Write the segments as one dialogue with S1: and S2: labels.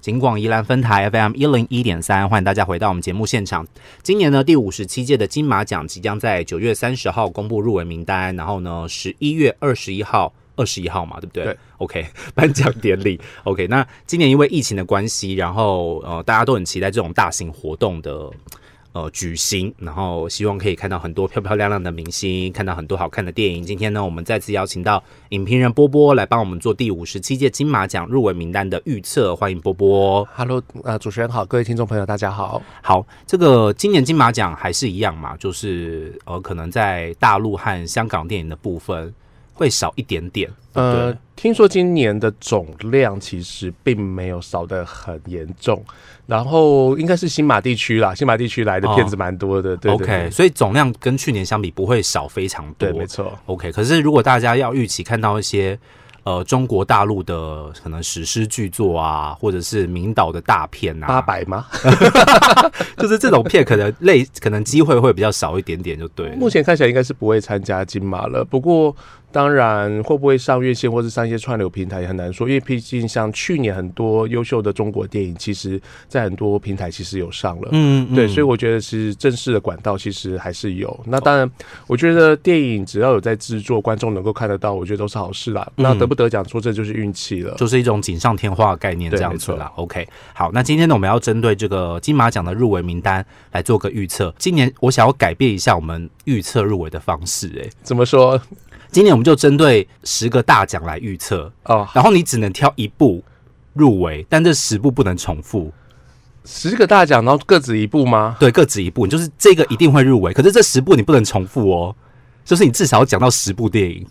S1: 景广宜兰分台 FM 一零一点三，欢迎大家回到我们节目现场。今年呢，第五十七届的金马奖即将在九月三十号公布入围名单，然后呢，十一月二十一号。二十一号嘛，对不对？
S2: 对
S1: OK，颁 奖典礼。OK，那今年因为疫情的关系，然后呃，大家都很期待这种大型活动的呃举行，然后希望可以看到很多漂漂亮亮的明星，看到很多好看的电影。今天呢，我们再次邀请到影评人波波来帮我们做第五十七届金马奖入围名单的预测，欢迎波波。
S2: Hello，呃，主持人好，各位听众朋友，大家好。
S1: 好，这个今年金马奖还是一样嘛，就是呃，可能在大陆和香港电影的部分会少一点点，对不对
S2: 呃，听说今年的总量其实并没有少得很严重，然后应该是新马地区啦，新马地区来的片子蛮多的，对对
S1: 哦 OK，所以总量跟去年相比不会少非常多。
S2: 对，没错。
S1: OK，可是如果大家要预期看到一些呃中国大陆的可能史诗巨作啊，或者是名导的大片
S2: 八
S1: 啊，
S2: 百吗？
S1: 就是这种片可能类 可能机会会比较少一点点，就对了。
S2: 目前看起来应该是不会参加金马了。不过，当然会不会上院线或是上一些串流平台也很难说，因为毕竟像去年很多优秀的中国电影，其实在很多平台其实有上了。
S1: 嗯，
S2: 对，所以我觉得其实正式的管道其实还是有。那当然，我觉得电影只要有在制作，观众能够看得到，我觉得都是好事啦。
S1: 嗯
S2: 那得不得奖，说这就是运气了。
S1: 就是一种锦上添花的概念
S2: 对
S1: 这样子啦。OK，好，那今天呢，我们要针对这个金马奖的入围名单来做个预测。今年我想要改变一下我们预测入围的方式、欸，
S2: 怎么说？
S1: 今年我们就针对十个大奖来预测，
S2: 哦，
S1: 然后你只能挑一部入围，但这十部不能重复，
S2: 十个大奖，然后各执一部吗？
S1: 对，各指一部，你就是这个一定会入围，可是这十部你不能重复哦，就是你至少要讲到十部电影，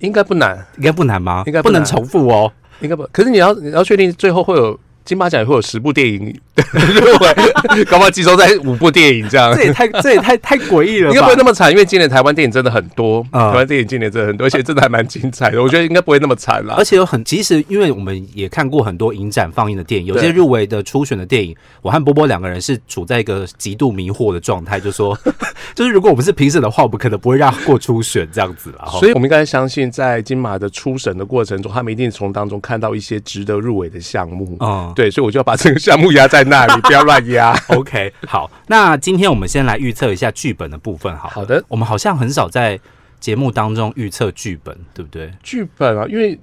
S2: 应该不难，
S1: 应该不难吗？
S2: 应该
S1: 不
S2: 不
S1: 能
S2: 难
S1: 重复 哦。
S2: 应该不。可是你要你要确定最后会有金马奖也会有十部电影 入围，搞不好集中在五部电影这样。
S1: 这也太这也太太诡异了
S2: 应该不会
S1: 吧？
S2: 那么惨，因为今年台湾电影真的很多，
S1: 啊
S2: 台湾电影今年真的很多，而且真的还蛮精彩的。我觉得应该不会那么惨啦
S1: 而。且有很，其实因为我们也看过很多影展放映的电影，有
S2: 对
S1: 些入围的初选的电影，我和波波两个人是处在一个极度迷惑的状态，就说， 就是如果我们是评审的话，我们可能不会让它过初选这样子啦。哈
S2: 所以我们应该相信，在金马的初审的过程中，他们一定从当中看到一些值得入围的项目。
S1: 嗯，
S2: 对，所以我就要把这个项目压在那里，不要乱压。
S1: OK，好，那今天我们先来预测一下剧本的部分 好，
S2: 好的，
S1: 我们好像很少在节目当中预测剧本，对不对？
S2: 剧本啊，因为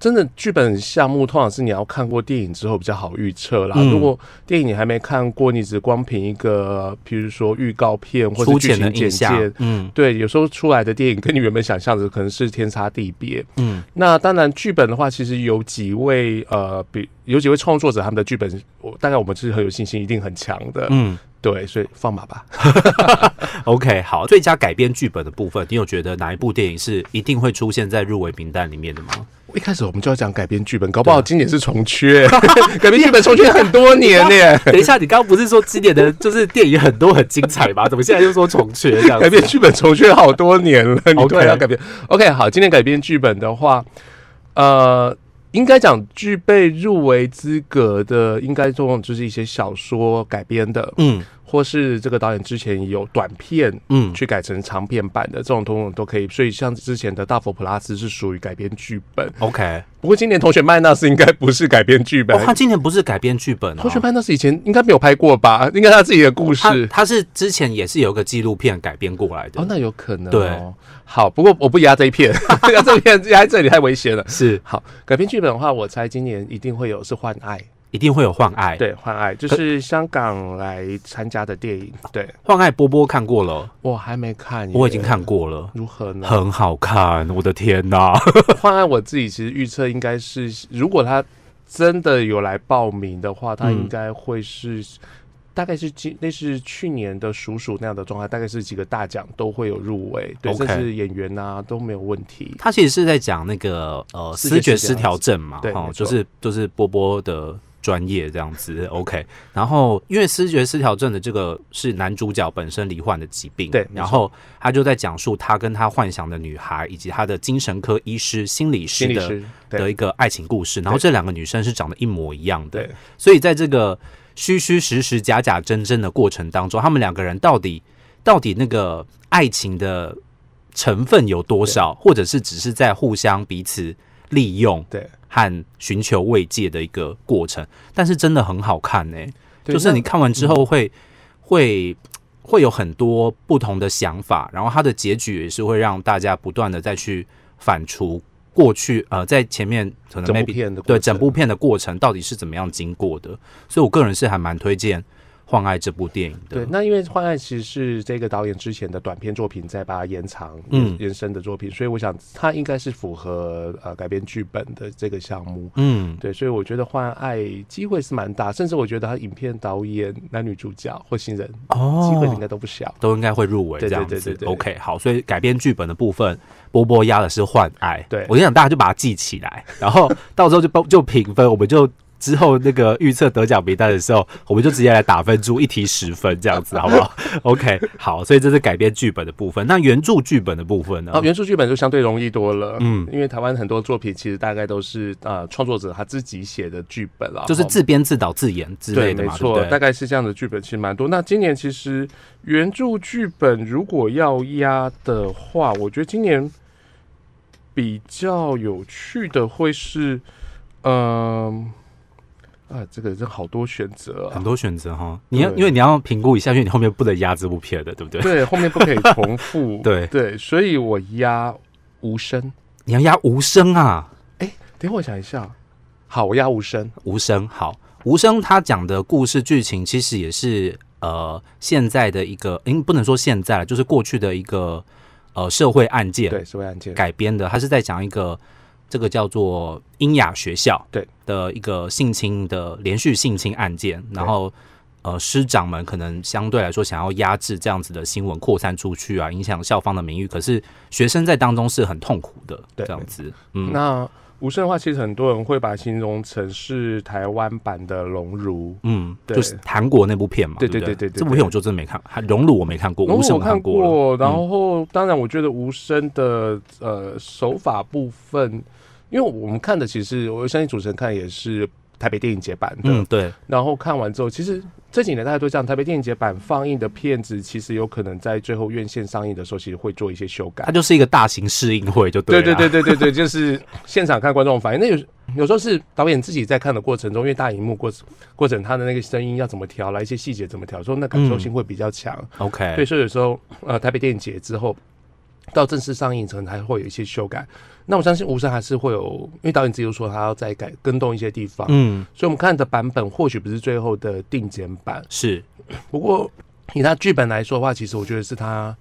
S2: 真的剧本项目通常是你要看过电影之后比较好预测啦。
S1: 嗯
S2: 如果电影你还没看过，你只光凭一个，譬如说预告片或者
S1: 粗
S2: 剧
S1: 浅的
S2: 情简
S1: 印象
S2: 介。，
S1: 嗯
S2: 对，有时候出来的电影跟你原本想象的可能是天差地别。
S1: 嗯，
S2: 那当然，剧本的话，其实有几位呃，比有几位创作者他们的剧本，我大概我们是很有信心，一定很强的。
S1: 嗯
S2: 对，所以放马吧。
S1: ，OK，好，最佳改编剧本的部分，你有觉得哪一部电影是一定会出现在入围名单里面的吗？
S2: 一开始我们就要讲改编剧本，搞
S1: 啊
S2: 不好今年是重缺， 改编剧本重缺很多年呢。
S1: 等一下， 你刚刚不是说今年的就是电影很多很精彩吗？ 怎么现在又说重缺这样
S2: 改
S1: 子？
S2: 编剧本重缺好多年了，你
S1: OK
S2: 突然要改编。OK，好，今天改编剧本的话，呃，应该讲具备入围资格的，应该通常就是一些小说改编的，
S1: 嗯
S2: 或是这个导演之前有短片
S1: 嗯
S2: 去改成长片版的，这种通通都可以。所以像之前的《大佛普拉斯》是属于改编剧本，
S1: ，OK，
S2: 不过今年《同学麦纳斯》应该不是改编剧本
S1: 哦，。他今年不是改编剧本、哦，
S2: 同学麦纳斯以前应该没有拍过吧？应该他自己的故
S1: 他
S2: 事。
S1: 他是之前也是有一个纪录片改编过来的，
S2: 哦，那有可能、哦。
S1: 对，
S2: 好，不过我不压这一片， 压这一片压在这里太危险了。
S1: 是
S2: 好，改编剧本的话，我猜今年一定会有是《换爱》，
S1: 一定会有换爱，
S2: 对，《换爱》就是香港来参加的电影。对，
S1: 换爱波波看过了，
S2: 我还没看，
S1: 我已经。看过了，
S2: 如何呢？
S1: 很好看，我的天哪！
S2: 换案我自己其实预测应该是，如果他真的有来报名的话，他
S1: 嗯
S2: 应该会是。大概是今类似去年的鼠鼠那样的状态，大概是几个大奖都会有入围，对
S1: OK
S2: 甚至演员啊都没有问题。
S1: 他其实是在讲那个呃
S2: 视
S1: 视
S2: 觉
S1: 觉
S2: 失
S1: 失调
S2: 调
S1: 症嘛，
S2: 对
S1: 哦
S2: 没
S1: 就
S2: 错
S1: 是就是波波的专业这样子，OK。然后因为视觉失调症的这个是男主角本身罹患的疾病，
S2: 对没错
S1: 然后他就在讲述他跟他幻想的女孩以及他的精神科医师、心理师
S2: 心理
S1: 的
S2: 师
S1: 的
S2: 对
S1: 一个爱情故事，然后这两个女生是长得一模一样的
S2: 对，
S1: 所以在这个虚虚实实、假假真真的过程当中，他们两个人到底到底那个爱情的成分有多少，或者是只是在互相彼此利用，
S2: 对，
S1: 和寻求慰藉的一个过程，但是真的很好看呢、
S2: 对
S1: 就是
S2: 那嗯
S1: 你看完之后会、会会有很多不同的想法，然后它的结局也是会让大家不断的再去反刍过去呃，在前面可能
S2: 整部
S1: maybe
S2: 片的过
S1: 对
S2: 程
S1: 整部片的过程到底是怎么样经过的，所以我个人是还蛮推荐《幻爱》这部电影的。
S2: 对，那因为《幻爱》其实是这个导演之前的短片作品，再把它延长、
S1: 嗯
S2: 嗯、延伸的作品，所以我想它应该是符合呃改编剧本的这个项目。
S1: 嗯，
S2: 对，所以我觉得《幻爱》机会是蛮大，甚至我觉得他影片导演、男女主角或新人
S1: 哦，
S2: 机会应该都不小。
S1: 都应该会入围这
S2: 对对
S1: 样
S2: 对
S1: 子
S2: 对。对
S1: OK，好，所以改编剧本的部分，波波压的是《幻爱》，
S2: 对
S1: 我就想大家就把它记起来，然后到时候就帮 就评分，我们就。之后那个预测得奖名单的时候，我们就直接来打分出一题十分这 样子，好不好？OK，好，所以这是改编剧本的部分。那原著剧本的部分呢？
S2: 啊，原著剧本就相对容易多了，
S1: 嗯
S2: 嗯，因为台湾很多作品其实大概都是呃创作者他自己写的剧本啦，
S1: 就是
S2: 哦
S1: 自编自导自演之类
S2: 对，
S1: 的
S2: 没
S1: 嘛，对
S2: 错，
S1: 不
S2: 大
S1: 对？
S2: 概是这样的剧本其实蛮多。那今年其实原著剧本如果要压的话，我觉得今年比较有趣的会是，嗯、啊，这个真好多选择啊
S1: 很。多选择哈，你要
S2: 对
S1: 因为你要评估一下，因为你后面不能压这部片的，对不对？。
S2: 对，后面不可以重复
S1: 对
S2: 对，所以我压无声。
S1: 你要压无声啊，
S2: 等一会儿我想一下，好，我压无声。
S1: 无声好，无声他讲的故事剧情其实也是呃现在的一个，嗯，不能说现在了，就是过去的一个呃社会案件
S2: 对，社会案件。
S1: 改编的，他是在讲一个这个叫做英雅学校
S2: 对
S1: 的一个性侵的连续性侵案件，然后。呃，师长们可能相对来说想要压制这样子的新闻扩散出去啊，影响校方的名誉。可是学生在当中是很痛苦的，
S2: 对
S1: 这样子。嗯，
S2: 那无声的话，其实很多人会把它形容成是台湾版的《龙如》。
S1: 嗯，
S2: 对
S1: 就是韩国那部片嘛，
S2: 对
S1: 对
S2: 对
S1: 不
S2: 对对对
S1: 这部片我就真的没看，还《荣辱》我没看过，
S2: 龙
S1: 无声
S2: 我看嗯
S1: 过了，
S2: 然后当然我觉得无声的呃手法部分，因为我们看的其实我相信主持人看也是台北电影节版的，
S1: 嗯，对，
S2: 然后看完之后，其实这几年大家都这样，台北电影节版放映的片子，其实有可能在最后院线上映的时候，其实会做一些修改
S1: 它。就是一个大型试映会，就
S2: 对
S1: 对
S2: 啊对
S1: 了
S2: 对对对对，就是现场看观众反应。那有有时候是导演自己在看的过程中，因为大荧幕过过程，他的那个声音要怎么调啦，一些细节怎么调，所以那感受性会比较强。
S1: ，OK，
S2: 对，所以有时候呃，台北电影节之后到正式上映，可能还会有一些修改。那我相信无声还是会有，因为导演自己就说他要再改更动一些地方，
S1: 嗯，
S2: 所以我们看的版本或许不是最后的定剪版。
S1: 是，
S2: 不过以他剧本来说的话，其实我觉得是他。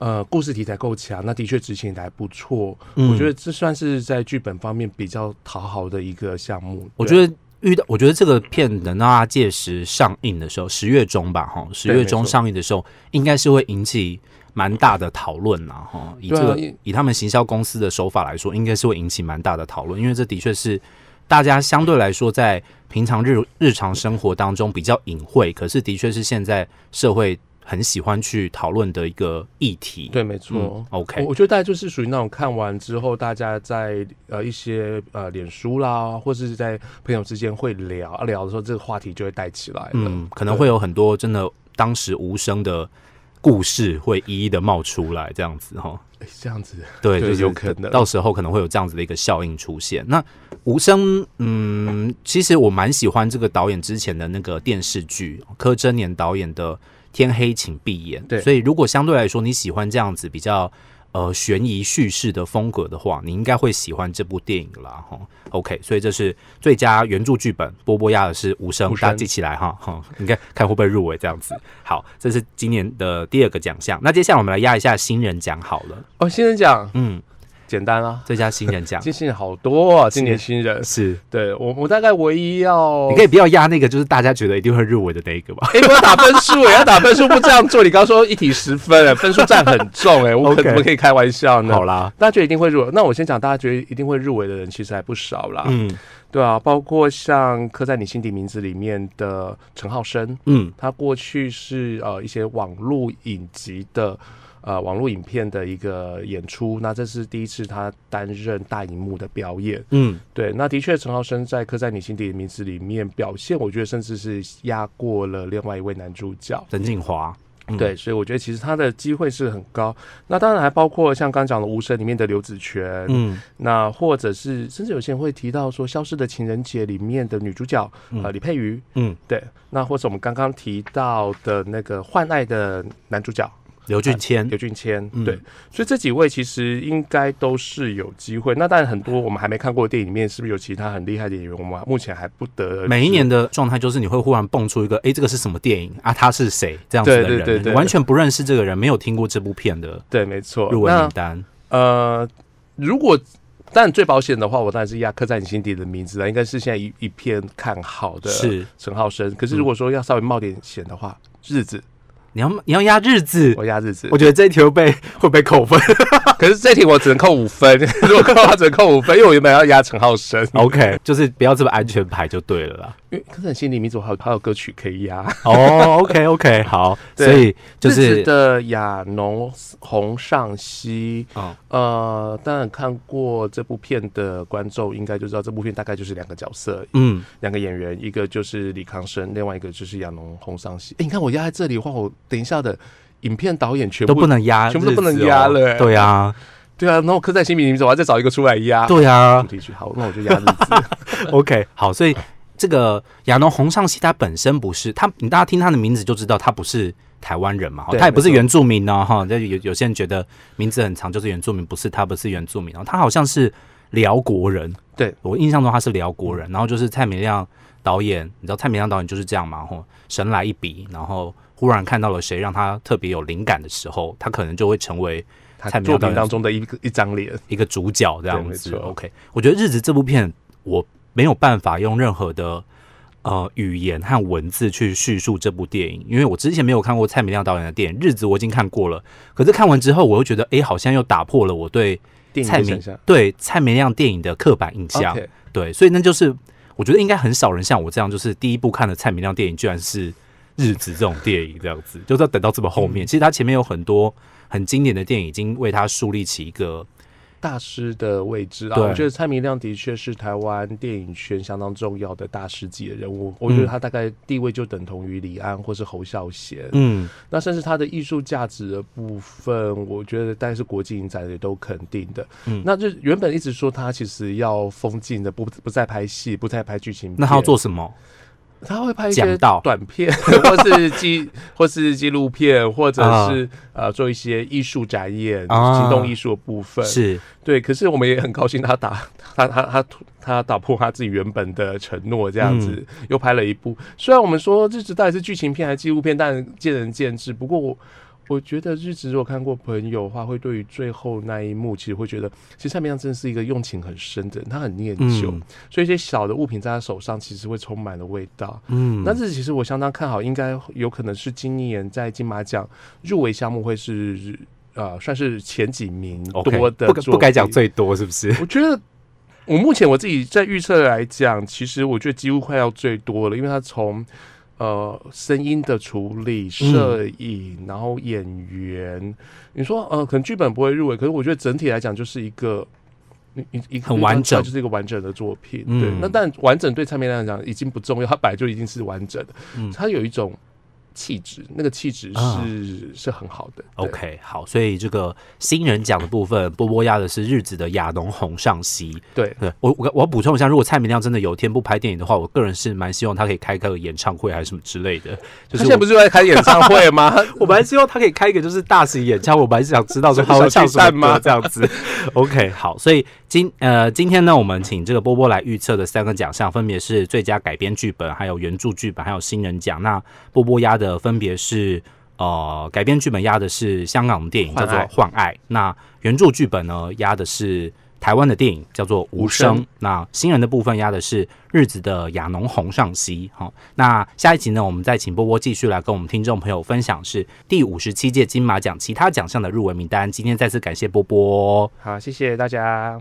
S2: 呃，故事题材够强，那的确执行得还不错。
S1: 嗯
S2: 我觉得这算是在剧本方面比较讨好的一个项目。
S1: 我觉
S2: 对
S1: 得遇到，我觉得这个片等到它届时上映的时候，十月中吧，哈，十月中
S2: 没错
S1: 上映的时候，应该是会引起蛮大的讨论啦，哈，以这
S2: 对啊
S1: 个、
S2: 因
S1: 以他们行销公司的手法来说，应该是会引起蛮大的讨论，因为这的确是大家相对来说在平常日日常生活当中比较隐晦，可是的确是现在社会很喜欢去讨论的一个议题。
S2: 对，没错。
S1: 嗯，OK，
S2: 我我觉得大概就是属于那种看完之后，大家在呃一些呃脸书啦，或是在朋友之间会聊啊聊的时候，这个话题就会带起来了。
S1: 嗯，可能会有很多真的当时无声的故事会一一的冒出来，这样子哈。
S2: 诶这样子，
S1: 对，
S2: 对
S1: 就是
S2: 有
S1: 可
S2: 可能
S1: 到时候可能会有这样子的一个效应出现。那无声，嗯，其实我蛮喜欢这个导演之前的那个电视剧，柯震年导演的《天黑请闭眼》。
S2: 对
S1: 所以如果相对来说你喜欢这样子比较呃悬疑叙事的风格的话，你应该会喜欢这部电影啦。哈，OK，所以这是最佳原著剧本，波波压的是无声，
S2: 无
S1: 大家
S2: 声
S1: 记起来哈。哈，你看看会不会入围这样子。好，这是今年的第二个奖项。那接下来我们来压一下新人奖好了。
S2: 哦，新人奖
S1: 嗯。
S2: 简单啊，
S1: 最佳新人奖
S2: 今新人好多、啊，今年新 人，
S1: 是，
S2: 对我我大概唯一要
S1: 你可以不要压那个，就是大家觉得一定会入围的那一个吧。
S2: 哎、我要打分数，哎，要打分数不这样做。你刚刚说一题十分，哎，分数占很重，哎，我
S1: OK
S2: 可怎么可以开玩笑呢？
S1: 好啦，
S2: 大家觉得一定会入围，那我先讲，大家觉得一定会入围的人其实还不少啦。
S1: 嗯
S2: 对啊，包括像刻在你心底名字里面的陈浩生，
S1: 嗯，
S2: 他过去是呃一些网络影集的呃网络影片的一个演出，那这是第一次他担任大荧幕的表演。
S1: 嗯，
S2: 对，那的确陈浩生在刻在你心底的名字里面表现，我觉得甚至是压过了另外一位男主角
S1: 陈静华，
S2: 对，所以我觉得其实他的机会是很高。那当然还包括像刚讲的《无声》里面的刘子权，
S1: 嗯，
S2: 那或者是甚至有些人会提到说《消失的情人节》里面的女主角呃李佩瑜，
S1: 嗯，
S2: 对，那或者我们刚刚提到的那个《换爱》的男主角
S1: 刘俊谦
S2: 刘，俊谦，
S1: 嗯
S2: 对，所以这几位其实应该都是有机会。那当然很多我们还没看过的电影里面，是不是有其他很厉害的演员？我们目前还不得而知
S1: 每一。年的状态就是你会忽然蹦出一个，诶，这个是什么电影啊？他是谁？这样子
S2: 对
S1: 的
S2: 对
S1: 人，
S2: 对对
S1: 你完全不认识这个人，没有听过这部片的
S2: 对，没错。
S1: 入围
S2: 那
S1: 名单。
S2: 呃，如果但最保险的话，我当然是压刻在你心底的名字啦，应该是现在一一片看好的
S1: 是
S2: 陈浩生。可是如果说要稍微冒点险的话，日子
S1: 你要你要压日子，
S2: 我压日子
S1: 嗯我，觉得这一题会 被会被扣分。
S2: 可是这题我只能扣五分， 如果扣他只能扣五分，因为我原本要压陈浩生。
S1: OK，就是不要这么安全牌就对了啦。
S2: 因为刻在你心底名字我还有还有歌曲可以压，
S1: 哦，OK OK，好，
S2: 对
S1: 所以就
S2: 日子
S1: 是
S2: 的亚农红上西。
S1: 哦，
S2: 呃，当然看过这部片的观众应该就知道，这部片大概就是两个角色，
S1: 嗯，
S2: 两个演员，一个就是李康生，另外一个就是亚农洪尚喜。哎、你看我压在这里的话，我等一下的影片导演全部
S1: 都不能压日子哦，
S2: 全部都不能压了欸
S1: 对啊，
S2: 对啊，那我刻在心里，你们总要再找一个出来压。
S1: 对啊
S2: 主题曲好，那我就压日子。
S1: ，OK，好，所以这个亚农洪尚熙他本身不是他，你大家听他的名字就知道他不是台湾人嘛，哈
S2: 对
S1: 他也不是
S2: 没错
S1: 原住民呢，哈，这有有些人觉得名字很长就是原住民，不是他不是原住民，然后他好像是辽国人，
S2: 对
S1: 我印象中他是辽国人，然后就是蔡明亮导演，你知道蔡明亮导演就是这样嘛，吼，神来一笔，然后忽然看到了谁让他特别有灵感的时候，他可能就会成为
S2: 他
S1: 蔡明
S2: 作
S1: 亮导
S2: 品
S1: 演
S2: 当中的一个一张脸，
S1: 一个主角这样子。
S2: 对没错
S1: OK，我觉得《日子》这部片，我没有办法用任何的呃语言和文字去叙述这部电影，因为我之前没有看过蔡明亮导演的电影《日子》，我已经看过了。可是看完之后，我又觉得，诶，好像又打破了我对
S2: 电影
S1: 蔡
S2: 的
S1: 明
S2: 想象。
S1: 对蔡明亮电影的刻板印象。
S2: OK，
S1: 对，所以那就是我觉得应该很少人像我这样，就是第一部看的蔡明亮电影居然是《日子》这种电影，这样子就是要等到这么后
S2: 嗯
S1: 面。其实他前面有很多很经典的电影，已经为他树立起一个
S2: 大师的位置啊，
S1: 对
S2: 我觉得蔡明亮的确是台湾电影圈相当重要的大师级的人物。我觉得他大概地位就等同于李安或是侯孝贤。
S1: 嗯
S2: 那甚至它的艺术价值的部分，我觉得大概是国际影展也都肯定的。
S1: 嗯
S2: 那就原本一直说他其实要封禁的，不不再拍戏，不再拍剧情片
S1: 那他要，做什么？
S2: 他会拍一
S1: 讲
S2: 些
S1: 道
S2: 短片， 或是纪或是纪录片，或者
S1: 啊
S2: 是、呃做一些艺术展演、
S1: 啊
S2: 行动艺术的部分。
S1: 是
S2: 对，可是我们也很高兴他打他他他他打破他自己原本的承诺，这样子、又拍了一部。虽然我们说日子到底是剧情片还是纪录片，但见仁见智。不过我我觉得日子如果看过朋友的话，会对于最后那一幕，其实会觉得，其实蔡明亮真的是一个用情很深的人，他很念旧，
S1: 嗯
S2: 所以一些小的物品在他手上，其实会充满了味道。
S1: 嗯，
S2: 那这其实我相当看好，应该有可能是今年在金马奖入围项目会是呃算是前几名
S1: OK，
S2: 多的
S1: 不该
S2: 作
S1: 不该讲
S2: 品
S1: 最多是不是？
S2: 我觉得我目前我自己在预测来讲，其实我觉得几乎快要最多了，因为它从呃声音的处
S1: 嗯
S2: 理、摄影，然后演员，你说呃可能剧本不会入围，可是我觉得整体来讲就是一个。你你一个
S1: 很完整
S2: 就是一个完整的作品。
S1: 嗯
S2: 对，那但完整对蔡明亮来讲已经不重要，它本来就已经是完整的。
S1: 嗯
S2: 它有一种气质，那个气质是、
S1: 啊
S2: 是很好的。对
S1: OK，好，所以这个新人奖的部分，波波压的是日子的亚农红上西。
S2: 对，
S1: 对我，我我要补充一下，如果蔡明亮真的有一天不拍电影的话，我个人是蛮希望他可以开个演唱会还是什么之类的。就是
S2: 他现在不
S1: 我
S2: 是在开演唱会吗？
S1: 我蛮希望他可以开一个就是大型演唱会，我蛮想知道说他会唱什么
S2: 小巨蛋吗
S1: 歌这样子。OK，好，所以今呃今天呢，我们请这个波波来预测的三个奖项，分别是最佳改编剧本、还有原著剧本、还有新人奖。那波波压的分别是呃改编剧本压的是香港的电影叫做
S2: 换爱
S1: 《换爱》，那原著剧本呢压的是。台湾的电影叫做《无
S2: 无
S1: 声》，
S2: 声
S1: 那新人的部分压的是日子的亚农红上西。好、那下一集呢，我们再请波波继续来跟我们听众朋友分享是第五十七届金马奖其他奖项的入围名单。今天再次感谢波波。哦
S2: 好，谢谢大家。